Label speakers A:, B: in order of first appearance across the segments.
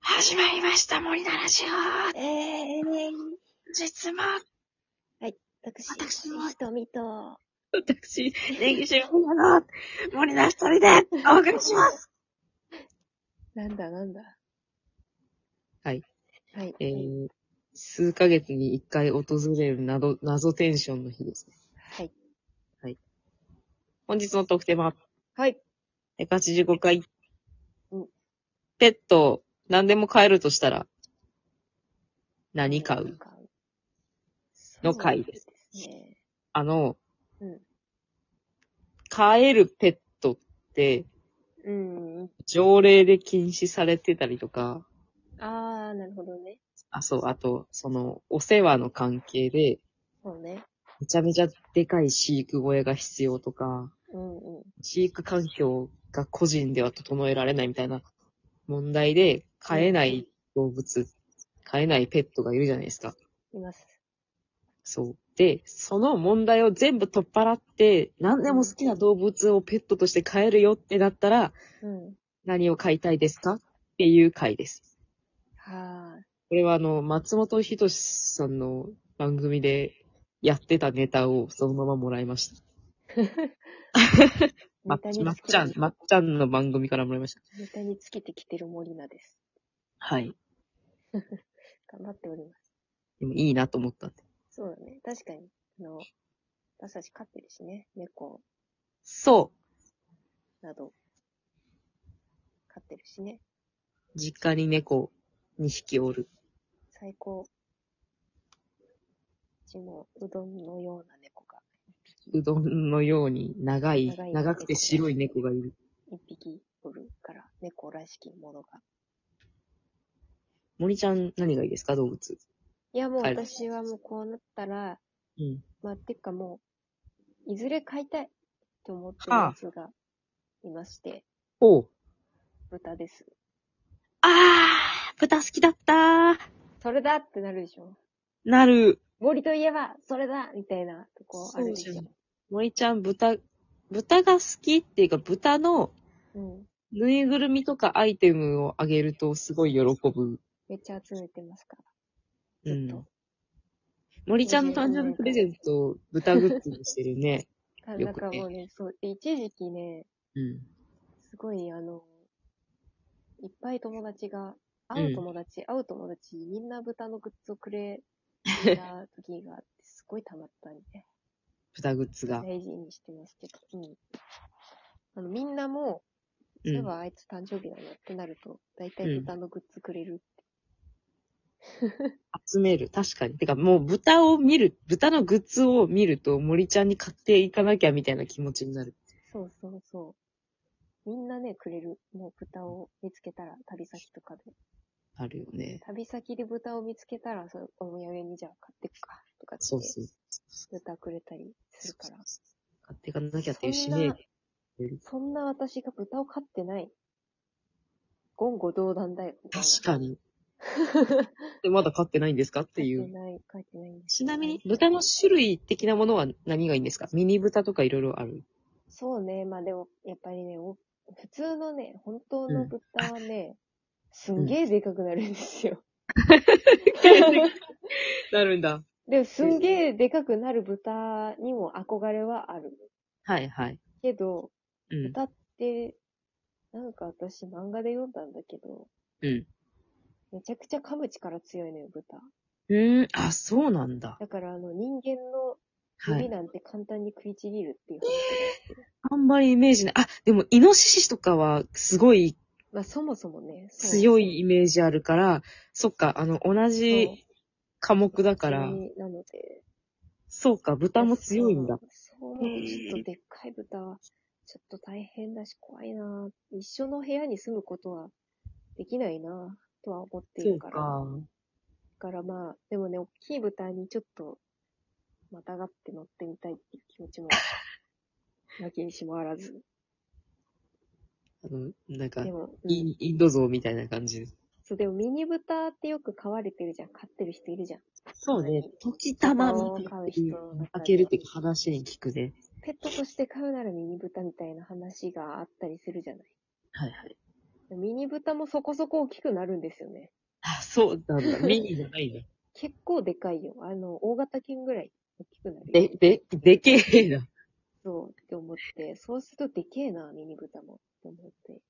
A: 始まりました、森田ラジオ。
B: ええー、
A: 実も、
B: 私、
A: 私も
B: 瞳と、
A: 私、ネギシュの森田一人でお送りします。
B: なんだなんだ。
C: はい。
B: はい。
C: えー、数ヶ月に一回訪れる謎、謎テンションの日ですね。
B: はい。
C: 本日の特典は、
B: はい。
C: 185回
B: うん。
C: ペットを何でも飼えるとしたら、何買うの回です。
B: そうね。
C: あの、
B: うん
C: 飼えるペットって、
B: うん。
C: 条例で禁止されてたりとか、
B: あー、なるほどね。
C: あ、そう、あと、その、お世話の関係で、
B: そうね。
C: めちゃめちゃでかい飼育小屋が必要とか、
B: うんうん。
C: 飼育環境が個人では整えられないみたいな問題で、飼えない動物、飼えないペットがいるじゃないですか。
B: います。
C: そう。で、その問題を全部取っ払って、何でも好きな動物をペットとして飼えるよってなったら、
B: うん。
C: 何を飼いたいですかっていう回です。
B: はーい。
C: これはあの、松本人志さんの番組でやってたネタをそのままもらいました。ま
B: ネタに
C: まっ
B: つけ
C: ちゃん、
B: て、
C: まっちゃんの番組からもらいました。
B: ネタにつけてきてる森菜です。
C: はい。
B: 頑張っております。
C: でもいいなと思ったんで。
B: そうだね。確かに。あの、私たち飼ってるしね。猫
C: そう。
B: など、飼ってるしね。
C: 実家に猫2匹おる。
B: 最高。うちもうどんのような猫が
C: うどんのように長い、
B: 長い
C: 長くて白い猫がいる。
B: 一匹おるから、猫らしきものが。
C: 森ちゃん何がいいですか動物。
B: いや、もう
C: はい
B: 私はもうこうなったら、
C: うん。
B: まあ、てかもう、いずれ飼いたいって思ってるやつがいまして、
C: おう。
B: 豚です。
A: あー、豚好きだったー。
B: それだってなるでしょ。
C: なる。
B: 森といえば、それだみたいなとこあるでし
C: そう
B: ょ
C: じ。森ちゃん豚、豚が好きっていうか豚の
B: うん。
C: ぬいぐるみとかアイテムをあげるとすごい喜ぶ。
B: めっちゃ集めてますから。
C: う
B: ずっと
C: ん。。森ちゃんの誕生日プレゼントを豚グッズにしてるね。
B: あ
C: よ
B: なん
C: くね
B: かもうね、そう、で一時期ね、
C: うん。
B: すごい、あの、いっぱい友達が、会う友達、会う友達、みんな豚のグッズをくれていた時があって、すごい溜まったんで、
C: 豚グッズが。
B: 大事にしてますけど、うん。あの、みんなも、
C: う
B: 例え
C: ん。
B: ばあいつ誕生日だなってなると、大体
C: うん
B: 豚のグッズくれる。
C: 集める。確かに。てか、もう豚を見る、豚のグッズを見ると森ちゃんに買っていかなきゃみたいな気持ちになる。
B: そうそうそう。みんなね、くれる。もう豚を見つけたら、旅先とかで。
C: あるよね。
B: 旅先で豚を見つけたら、そうお土産にじゃあ買ってくか、とかって
C: そうそう。
B: 豚くれたりするから。
C: 買っていかなきゃっていう使命。
B: そんな私が豚を飼ってない。言語道断だよ。
C: 確かに。で、まだ買ってないんですかってい
B: 飼って
C: う。
B: ない、飼ってないんです
C: ちなみに、豚の種類的なものは何がいいんですかミニ豚とかいろいろある。
B: そうね、まあでも、やっぱりね、お普通のね、本当の豚はね、すんげえでかくなるんですよ。
C: なるんだ。
B: でも、すんげえでかくなる豚にも憧れはある。
C: はいはい。
B: けど、
C: うん。
B: 豚って、なんか私漫画で読んだんだけど、
C: うん。
B: めちゃくちゃ噛む力強いのよ、豚。
C: うーん、あ、そうなんだ。
B: だからあの人間の
C: は
B: 指
C: い。
B: なんて簡単に食いちぎるっていう話があって
C: あんまりイメージない。あ、でも、イノシシとかは、すごい
B: まあそもそもね、そう
C: 強いイメージあるから、そっか、あの、同じ科目だから、
B: なので。
C: そうか、豚も強いんだ。。
B: そう思うとちょっとでっかい豚は、ちょっと大変だし怖いな一緒の部屋に住むことはできないなとは思ってい
C: そう
B: るから。
C: か。
B: だからまあ、でもね、大きい豚にちょっと、またがって乗ってみたいっていう気 持ちも、なきにしもあらず。
C: あの、なんか
B: で、も、うん
C: インインド像みたいな感じで。
B: そう、でもミニ豚ってよく飼われてるじゃん。飼ってる人いるじゃん。
C: そうね、時たまみたいに開けるって話に聞くね。
B: ペットとして飼うならミニ豚みたいな話があったりするじゃない。
C: はいはい。
B: ミニブタもそこそこ大きくなるんですよね。
C: あ、そうなん だ。ミニじゃないんだ。
B: 結構でかいよ。あの、大型犬ぐらい大きくなる
C: で、
B: よ。
C: で、でけえな。
B: そうって思って、そうするとでけえな、ミニブタもって思って。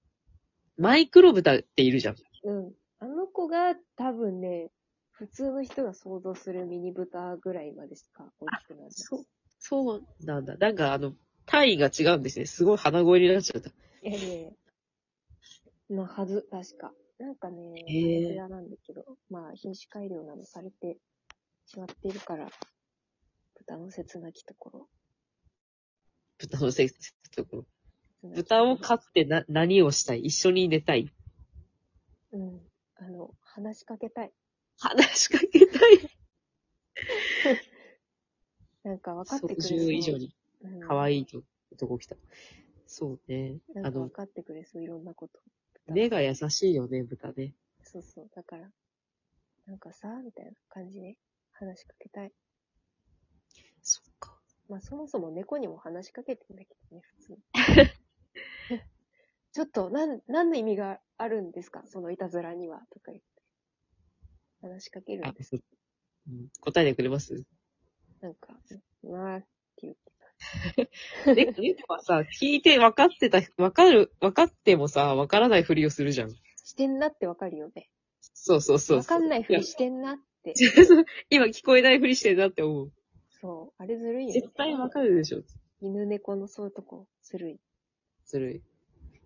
C: マイクロ豚っているじゃん。
B: うん。あの子が多分ね、普通の人が想像するミニブタぐらいまでしか大きくなる。
C: そう、そうなんだ。なんかあの、単位が違うんですね。すごい鼻声になっちゃった。
B: ええのはず、確か。なんかね、
C: へえ
B: こちらなんだけど、まあ、品種改良などされてしまっているから、豚の切なきところ。
C: 豚のせところ。
B: 切なきとこ
C: 豚
B: ろ
C: を飼ってな、何をしたい一緒に寝たい
B: うん。あの、話しかけたい。
C: 話しかけたい
B: なんか分かってくれそう。
C: ?60 以上に
B: うん
C: 可愛いと、男来た。そうね。あ
B: なんか分
C: の、
B: かってくれそう、いろんなこと。
C: 目が優しいよね、豚ね。
B: そうそう。だから、なんかさ、みたいな感じで話しかけたい。
C: そっか。
B: まあそもそも猫にも話しかけてんだけどね、普通。 ちょっと、なん、何の意味があるんですかそのいたずらには、とか言って。話しかける
C: あ
B: んで、す。
C: そううん答えてくれます
B: なんか、うわーって言って
C: ね猫はさ、聞いて分かってた、分かる、分かってもさ、分からないふりをするじゃん。
B: してんなってわかるよね。
C: そうそうそうそう。
B: わかんないふりしてんなって。
C: や そう今聞こえないふりしてるなって思う。
B: そう、あれずるいよね
C: 絶。対分かるでしょ。
B: 犬猫のそういうとこ、ずるい。
C: ずるい。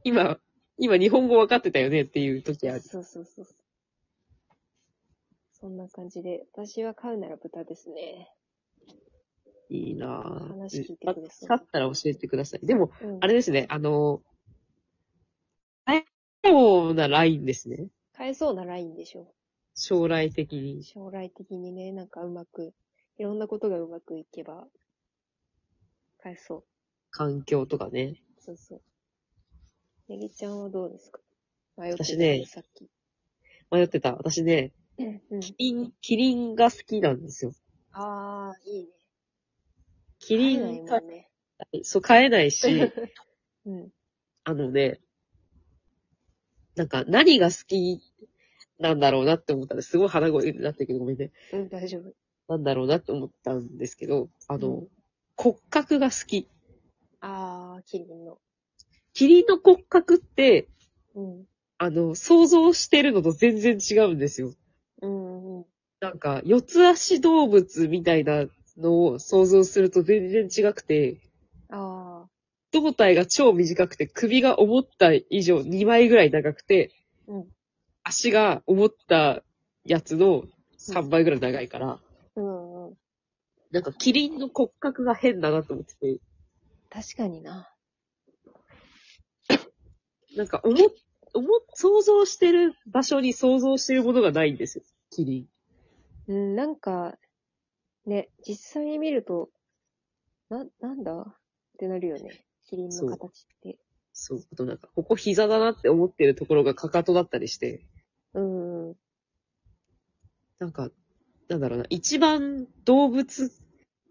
C: 今、今日本語分かってたよねっていう時ある。
B: そうそうそうそう。そんな感じで、私は飼うなら豚ですね。
C: いいなぁ。
B: 話聞いて
C: ま
B: くれそう
C: 勝ったら教えてください。でも、
B: うん
C: あれですね、あの、大丈なラインですね。
B: 飼えそうなラインでしょ。
C: 将来的に。
B: 将来的にね、なんかうまく、いろんなことがうまくいけば、返そう。
C: 環境とかね。
B: そうそう。ネギちゃんはどうですか迷ってた
C: 私ね
B: さっき。
C: 迷ってた。私ね、
B: うん。
C: キリン、キリンが好きなんですよ。
B: ああ、いいね。
C: キリ
B: 飼え
C: ン
B: な
C: 飼
B: いもんね。
C: そう、飼えない し、
B: うん。
C: あのね、なんか何が好きなんだろうなって思ったんです。すごい鼻声になってるけど、ごめんね。
B: うん、大丈夫。
C: なんだろうなって思ったんですけど、あの、
B: うん
C: 骨格が好き。
B: ああ、キリンの。
C: キリンの骨格って、
B: うん。
C: あの、想像してるのと全然違うんですよ。
B: うん、うん。
C: なんか、四つ足動物みたいなのを想像すると全然違くて、
B: ああ、
C: 胴体が超短くて、首が思った以上2枚ぐらい長くて、
B: うん。
C: 足が思ったやつの3倍ぐらい長いから、
B: うん、うん。
C: なんかキリンの骨格が変だなと思ってて、
B: 確かにな。
C: なんか思っ、思っ、想像してる場所に想像してるものがないんですよ。キリン。
B: うん、なんか、ね、実際に見ると、な、なんだってなるよね。キリン
C: そ
B: の
C: う
B: 形って。
C: そう。あとなんか、ここ膝だなって思ってるところがかかとだったりして、
B: うんうん。
C: なんか、なんだろうな、一番動物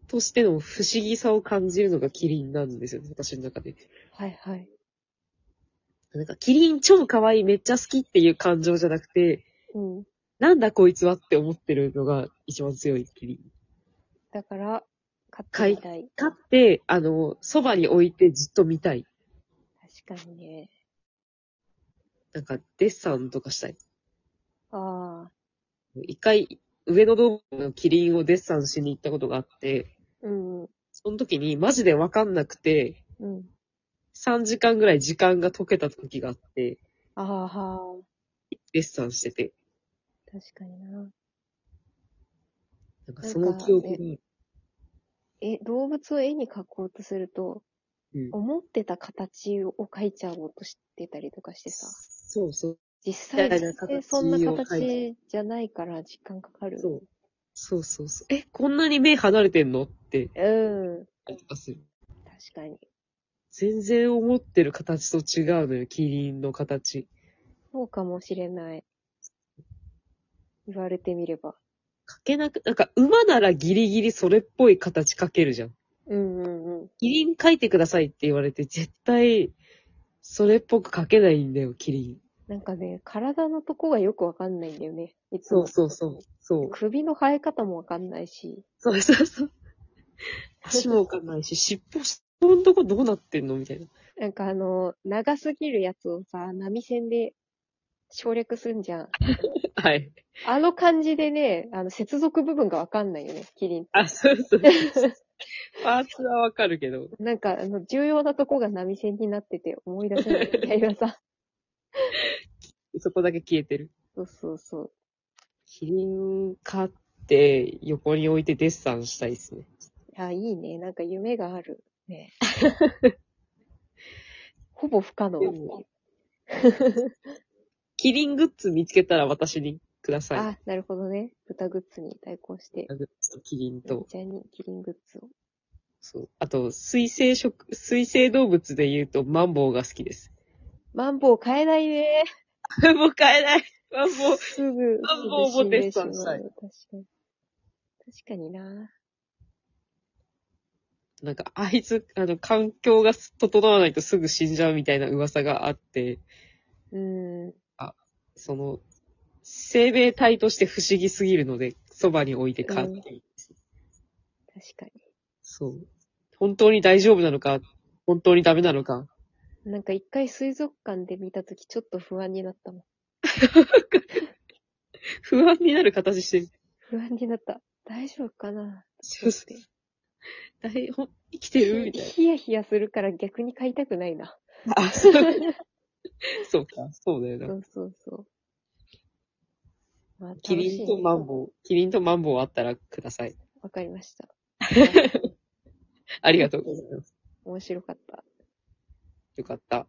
C: としての不思議さを感じるのがキリンなんですよね、私の中で。
B: はいはい。
C: なんか、キリン超可愛い、めっちゃ好きっていう感情じゃなくて、
B: うん。
C: なんだこいつはって思ってるのが一番強いキリン。
B: だから、買ってみたい。
C: 飼って、あの、そばに置いてじっと見たい。
B: 確かにね。
C: なんか、デッサンとかしたい。
B: ああ。
C: 一回、上野動物のキリンをデッサンしに行ったことがあって、
B: うんうん。
C: その時にマジでわかんなくて、
B: うん。
C: 3時間ぐらい時間が解けた時があって、
B: ああはー。
C: デッサンしてて、
B: 確かにな。
C: なんかその記憶がある、
B: え、動物を絵に描こうとすると、
C: うん、
B: 思ってた形を描いちゃおうとしてたりとかしてさ。
C: そうそう、
B: 実際
C: みたいな
B: 実
C: 形を
B: 際そんな
C: 描
B: 形じゃないから時間かかる。
C: そう。そうそうそう。え、こんなに目離れてんのって、
B: うん。
C: ありまする。
B: 確かに。
C: 全然思ってる形と違うのよ、キリンの形。
B: そうかもしれない。言われてみれば。
C: 描けなく、なんか馬ならギリギリそれっぽい形描けるじゃん。
B: うんうんうん。
C: キリン描いてくださいって言われて、絶対、それっぽく描けないんだよ、キリン。
B: なんかね、体のとこがよくわかんないんだよね。いつ
C: そ
B: も
C: うそうそう。そう。
B: 首の生え方もわかんないし。
C: そうそうそう。足もわかんないし、尻尾、尻尾のとこどうなってんのみたいな。
B: なんかあの、長すぎるやつをさ、波線で省略すんじゃん。
C: はい。
B: あの感じでね、あの、接続部分がわかんないよね、キリン。
C: あ、そうそう。パーツはわかるけど。
B: なんか、あの、重要なとこが波線になってて思い出せないみたいな さ。
C: そこだけ消えてる。
B: そうそうそう。
C: キリン飼って、横に置いてデッサンしたいですね。
B: いや、いいね。なんか夢がある。ね。 ほぼ不可能。
C: でもキリングッズ見つけたら私にください。
B: あ、なるほどね。豚グッズに対抗して、
C: キリンと。
B: ちゃんにキリングッズを。
C: そう。あと、水生食、水生動物で言うとマンボウが好きです。
B: マンボウ買えないね。
C: もう買えない。マンボウ。
B: すぐ。
C: マンボウもデッサンしたい
B: すぐ死んでしまう確かに。確かにな。
C: なんか、あいつ、あの、環境が整わないとすぐ死んじゃうみたいな噂があって、
B: うん。
C: その、生命体として不思議すぎるので、そばに置いて飼っています
B: 確か
C: そう。本当に大丈夫なのか、本当にダメなのか。
B: に。なんか一回水族館で見たときちょっと不安になったもん。
C: 不安になる形してる。
B: 不安になった。大丈夫かな
C: そうそう 大ほん生きてるみたい
B: ヒヤヒヤするから逆に買いたくないな。
C: な。あ、そう。そうか、そうだよ
B: そ
C: な。
B: うそうそう。まあ、
C: キリンとマン
B: ウ。
C: ボウ。キリンとマンボウあったらください。
B: わかりました。
C: ありがとうございます。
B: 面白かった。
C: よかった。